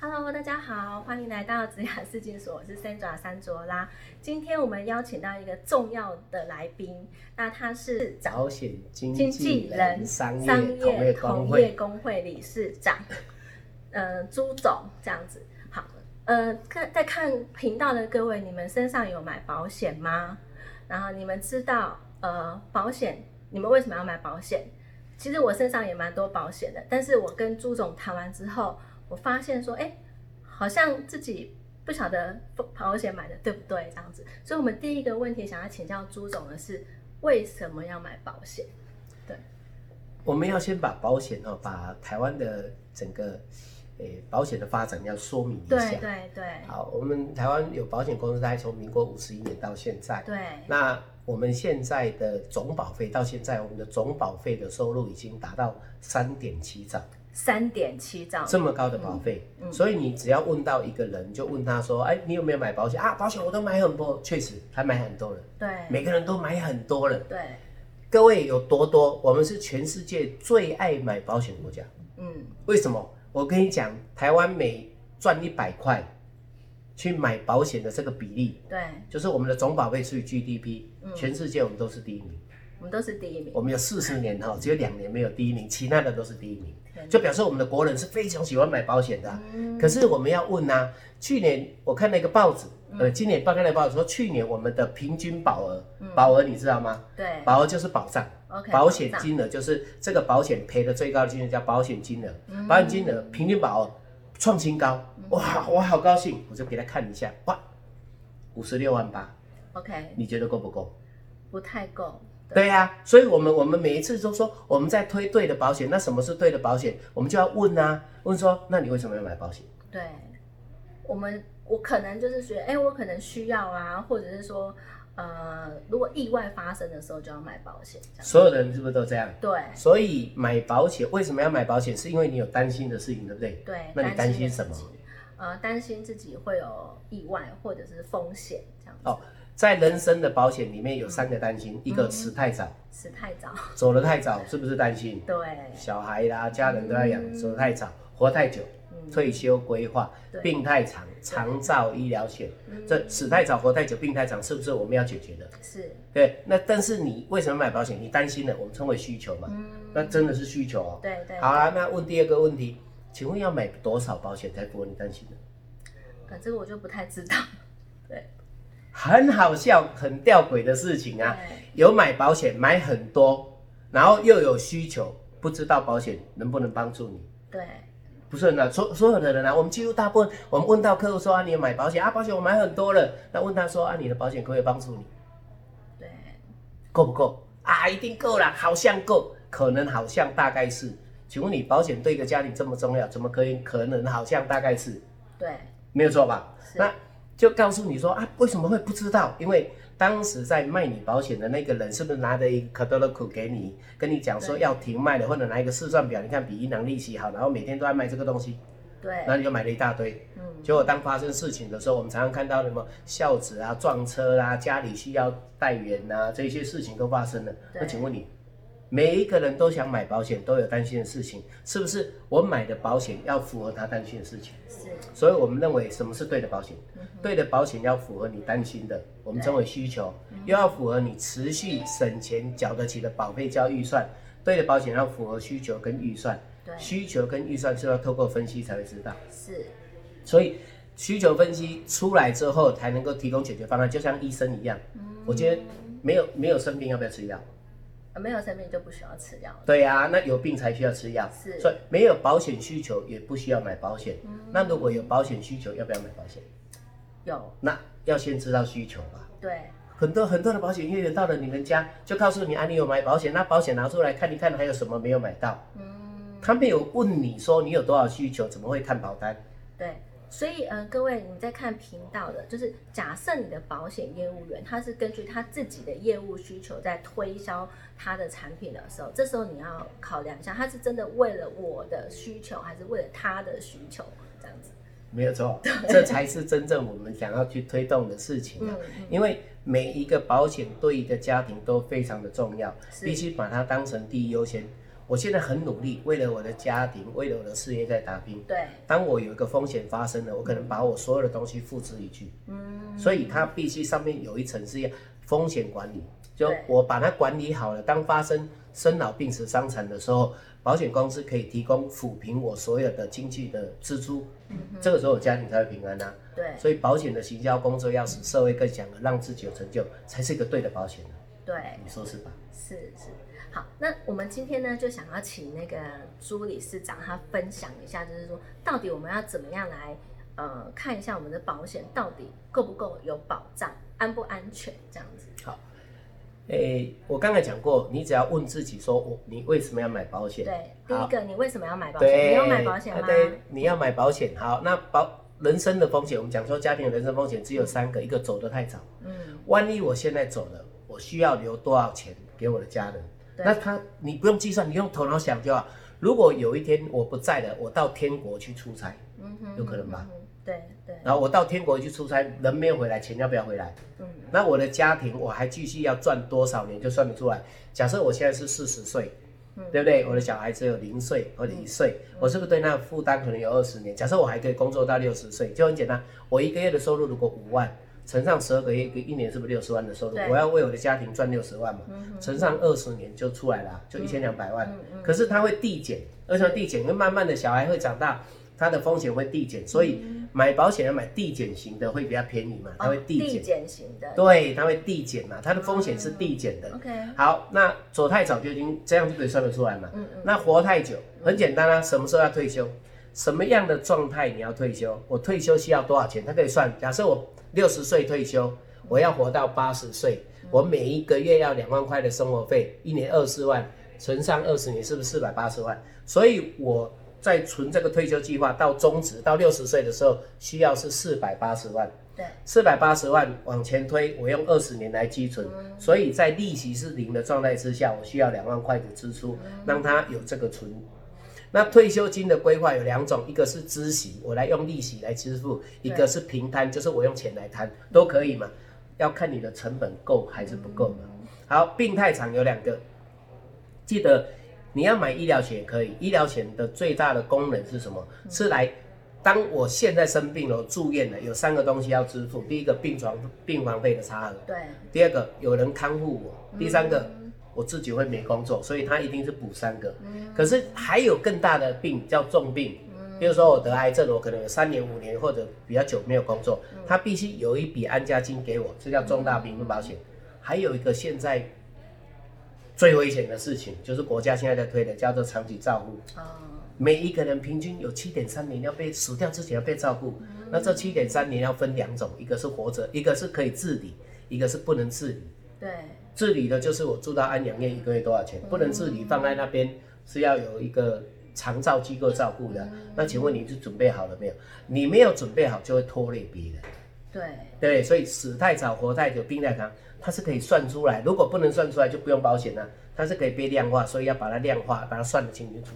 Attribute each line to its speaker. Speaker 1: 大家好，欢迎来到子雅世界所，我是 Sandra 三卓拉。今天我们邀请到一个重要的来宾，那他是
Speaker 2: 朝鲜经
Speaker 1: 经
Speaker 2: 纪
Speaker 1: 纪人
Speaker 2: 人商
Speaker 1: 商
Speaker 2: 业同
Speaker 1: 业
Speaker 2: 业工
Speaker 1: 同业
Speaker 2: 会，
Speaker 1: 工会理事长， 呃，朱总这样子。好，呃，看在看频道的各位，你们身上有买保险吗？然后你们知道，呃，保险，你们为什么要买保险？其实我身上也蛮多保险的，但是我跟朱总谈完之后，我发现说，哎，好像自己不晓得保险买的对不对这样子。所以，我们第一个问题想要请教朱总的是，为什么要买保险？
Speaker 2: 我们要先把保险哦，把台湾的整个诶保险的发展要说明一
Speaker 1: 对
Speaker 2: 下。
Speaker 1: 对对
Speaker 2: 好，我们台湾有保险公司，大概从民国五十一年到现在。
Speaker 1: 对。
Speaker 2: 那我们现在的总保费到现在，我们的总保费的收入已经达到三点七兆，
Speaker 1: 三点七兆，
Speaker 2: 这么高的保费，
Speaker 1: 嗯嗯
Speaker 2: 所以你只要问到一个人，就问他说：“哎，你有没有买保险啊？保险我都买很多，确实他买很多了，
Speaker 1: 对
Speaker 2: 每个人都买很多了。
Speaker 1: 对，
Speaker 2: 各位有多多？我们是全世界最爱买保险的国家。
Speaker 1: 嗯，
Speaker 2: 为什么？我跟你讲，台湾每赚一百块去买保险的这个比例，
Speaker 1: 对，
Speaker 2: 就是我们的总保费除以 GDP，、
Speaker 1: 嗯
Speaker 2: 全世界我们都是第一名。
Speaker 1: 我们都是第一名，
Speaker 2: 我们有四十年哈，只有两年没有第一名，其他的都是第一名
Speaker 1: 天，哪
Speaker 2: 就表示我们的国人是非常喜欢买保险的啊、
Speaker 1: 嗯
Speaker 2: 可是我们要问啊，去年我看了一个报纸，
Speaker 1: 嗯
Speaker 2: 呃，今年报刊的报纸说，去年我们的平均保额，保额你知道吗？
Speaker 1: 对
Speaker 2: 保额就是保障。
Speaker 1: ，OK，
Speaker 2: 保险
Speaker 1: 保障
Speaker 2: 金额就是这个保险赔的最高的金额叫保险金额，
Speaker 1: 嗯
Speaker 2: 保险金额平均保额创新高，哇，我好高兴，我就给他看一下，哇，五十六万八，
Speaker 1: ，OK，
Speaker 2: 你觉得够不够？
Speaker 1: 不太够，
Speaker 2: 对呀、所以我们我们每一次都说我们在推对的保险，那什么是对的保险？我们就要问啊，问说那你为什么要买保险？
Speaker 1: 对，我们我可能就是觉得，哎，我可能需要啊，或者是说，呃，如果意外发生的时候就要买保险，这样，
Speaker 2: 所有的人是不是都这样？
Speaker 1: 对
Speaker 2: 所以买保险为什么要买保险？是因为你有担心的事情，对不对？
Speaker 1: 对，
Speaker 2: 那你担心
Speaker 1: 自
Speaker 2: 什
Speaker 1: 己
Speaker 2: 么？
Speaker 1: 呃，担心自己会有意外或者是风险这样子，
Speaker 2: 哦，在人生的保险里面有三个担心，一个死太早。
Speaker 1: 死太早，
Speaker 2: 走得太早是不是担心？
Speaker 1: 对，
Speaker 2: 小孩啦，家人都要养，走得太早，活太久，
Speaker 1: 嗯
Speaker 2: 退休规划
Speaker 1: 对，嗯
Speaker 2: 病太长，长照医疗险，这死太早、活太久、病太长，是不是我们要解决的？
Speaker 1: 是，
Speaker 2: 对，那但是你为什么买保险？你担心了，我们称为需求嘛，那真的是需求哦。
Speaker 1: 嗯对对，
Speaker 2: 好啦，那问第二个问题，请问要买多少保险才符合你担心的？
Speaker 1: 呃，这个我就不太知道，对
Speaker 2: 很好笑、很吊诡的事情啊！
Speaker 1: 对，
Speaker 2: 有买保险买很多，然后又有需求，不知道保险能不能帮助你。
Speaker 1: 对。
Speaker 2: 不是很难，所所有的人啊，我们几乎大部分，我们问到客户说啊，你有买保险啊？保险我买很多了。那问他说啊，你的保险可不可以帮助你？
Speaker 1: 对，
Speaker 2: 够不够啊？一定够啦，好像够，可能好像大概是。请问你保险对一个家庭这么重要，怎么可以可能好像大概是
Speaker 1: 对，
Speaker 2: 没有错吧？
Speaker 1: 是
Speaker 2: 那就告诉你说啊，为什么会不知道？因为当时在卖你保险的那个人是不是拿着一个 catalog 给你，跟你讲说
Speaker 1: 对
Speaker 2: 要停卖了，或者拿一个试算表，你看比银行利息好，然后每天都在卖这个东西，
Speaker 1: 对，
Speaker 2: 然后你就买了一大堆。
Speaker 1: 嗯，
Speaker 2: 结果当发生事情的时候，我们常常看到什么孝子啊、撞车啊、家里需要代援啊，这些事情都发生了。
Speaker 1: 对
Speaker 2: 那请问你，每一个人都想买保险，都有担心的事情，是不是？我买的保险要符合他担心的事情，
Speaker 1: 是，
Speaker 2: 所以我们认为什么是对的保险？对的保险要符合你担心的，我们称为需求，又要符合你持续省钱缴得起的保费叫预算。对的保险要符合需求跟预算，
Speaker 1: 对，
Speaker 2: 需求跟预算是要透过分析才会知道。
Speaker 1: 是，
Speaker 2: 所以需求分析出来之后，才能够提供解决方案，就像医生一样。
Speaker 1: 嗯
Speaker 2: 我今天没有没有生病，要不要吃药？
Speaker 1: 呃没有生病就不需要吃药了，
Speaker 2: 对啊，那有病才需要吃药。
Speaker 1: 是嗯
Speaker 2: 所以没有保险需求，也不需要买保险。那如果有保险需求，要不要买保险？
Speaker 1: 有，
Speaker 2: 那要先知道需求吧。
Speaker 1: 对，
Speaker 2: 很多很多的保险业员到了你们家，就告诉你啊，你有买保险，那保险拿出来看一看，还有什么没有买到？
Speaker 1: 嗯，
Speaker 2: 他没有问你说你有多少需求，怎么会看保单？
Speaker 1: 对，所以呃，各位你在看频道的，就是假设你的保险业务员他是根据他自己的业务需求在推销他的产品的时候，这时候你要考量一下，他是真的为了我的需求，还是为了他的需求这样子？
Speaker 2: 没 有错，这才是真正我们想要去推动的事情啊！
Speaker 1: 嗯
Speaker 2: 因为每一个保险对一个家庭都非常的重要，
Speaker 1: 是
Speaker 2: 必须把它当成第一优先。我现在很努力，为了我的家庭，为了我的事业在打拼。
Speaker 1: 对，
Speaker 2: 当我有一个风险发生了，我可能把我所有的东西付之一炬。
Speaker 1: 嗯，
Speaker 2: 所以它必须上面有一层是要风险管理，就
Speaker 1: 对
Speaker 2: 我把它管理好了，当发生生老病死伤残的时候，保险公司可以提供抚平我所有的经济的支出，这个时候我家庭才会平安啊。
Speaker 1: 嗯对
Speaker 2: 所以保险的行销工作要使社会更祥和，让自己有成就，才是一个对的保险啊
Speaker 1: 对
Speaker 2: 你说是吧？
Speaker 1: 是是。好，那我们今天呢，就想要请那个朱理事长他分享一下，就是说到底我们要怎么样来呃看一下我们的保险到底够不够有保障，安不安全这样子。
Speaker 2: 诶、我刚才讲过，你只要问自己说，我你为什么要买保险？
Speaker 1: 对，第
Speaker 2: 好
Speaker 1: 一个你为什么要买保险？
Speaker 2: 对，
Speaker 1: 你有买保险
Speaker 2: 啊
Speaker 1: 吗？
Speaker 2: 对，你要买保险。好，那保人生的风险，我们讲说家庭的人生风险只有三个，一个走得太早，
Speaker 1: 嗯，
Speaker 2: 万一我现在走了，我需要留多少钱给我的家人？
Speaker 1: 对
Speaker 2: 那他你不用计算，你用头脑想就好。如果有一天我不在了，我到天国去出差，
Speaker 1: 嗯哼，
Speaker 2: 有可能吧
Speaker 1: 嗯哼？对对，
Speaker 2: 然后我到天国去出差，人没有回来，钱要不要回来？
Speaker 1: 嗯
Speaker 2: 那我的家庭我还继续要赚多少年就算得出来。假设我现在是四十岁，
Speaker 1: 嗯
Speaker 2: 对不对？我的小孩只有零岁或者一岁，我是不是对那负担可能有二十年？假设我还可以工作到六十岁，就很简单，我一个月的收入如果五万，乘上十二个月，一个一年是不是六十万的收入
Speaker 1: 对？
Speaker 2: 我要为我的家庭赚六十万嘛，
Speaker 1: 嗯哼
Speaker 2: 乘上二十年就出来了，就一千两百万。
Speaker 1: 嗯嗯
Speaker 2: 可是它会递减，而且递减会慢慢的小孩会长大。它的风险会递
Speaker 1: 嗯
Speaker 2: 减，所以买保险要买递减型的会比较便宜嘛，它会
Speaker 1: 哦
Speaker 2: 递减。
Speaker 1: 减哦型的，
Speaker 2: 对，它会递减嘛，它的风险是递减的。
Speaker 1: OK
Speaker 2: 好，那走太早就已经这样就可以算得出来嘛。
Speaker 1: 嗯
Speaker 2: 那活太久很简单啊，什么时候要退休，什么样的状态你要退休，我退休需要多少钱，它可以算。假设我六十岁退休，我要活到八十岁，
Speaker 1: 嗯
Speaker 2: 我每一个月要两万块的生活费，一年二十万，乘上二十年是不是四百八十万？所以我。在存这个退休计划到终止到六十岁的时候，需要是四百八十万。
Speaker 1: 对，
Speaker 2: 四百八十万往前推，我用二十年来基存，所以在利息是零的状态之下，我需要两万块的支出，让他有这个存。那退休金的规划有两种，一个是孳息，我来用利息来支付；一个是平摊，就是我用钱来摊，都可以嘛。要看你的成本够还是不够嘛。好，病态场有两个，记得你要买医疗险也可以，医疗险的最大的功能是什么？是来当我现在生病了、住院了，有三个东西要支付：第一个病床病房费的差额，
Speaker 1: 对，
Speaker 2: 第二个有人看护我，第三个我自己会没工作，所以他一定是补三个。可是还有更大的病叫重病，比如说我得癌症，我可能有三年、五年或者比较久没有工作，他必须有一笔安家金给我，这叫重大病保险。还有一个现在最危险的事情，就是国家现在在推的，叫做长期照护。
Speaker 1: 哦，
Speaker 2: 每一个人平均有七点三年要被死掉之前要被照顾，那这七点三年要分两种，一个是活着，一个是可以自理，一个是不能自理。
Speaker 1: 对，
Speaker 2: 自理的就是我住到安养院一个月多少钱，不能自理放在那边是要有一个长照机构照顾的。那请问你是准备好了没有？你没有准备好就会拖累别人，
Speaker 1: 对，
Speaker 2: 对不对？所以死太早、活太久、病太长，它是可以算出来。如果不能算出来，就不用保险了、它是可以被量化，所以要把它量化，把它算得清清楚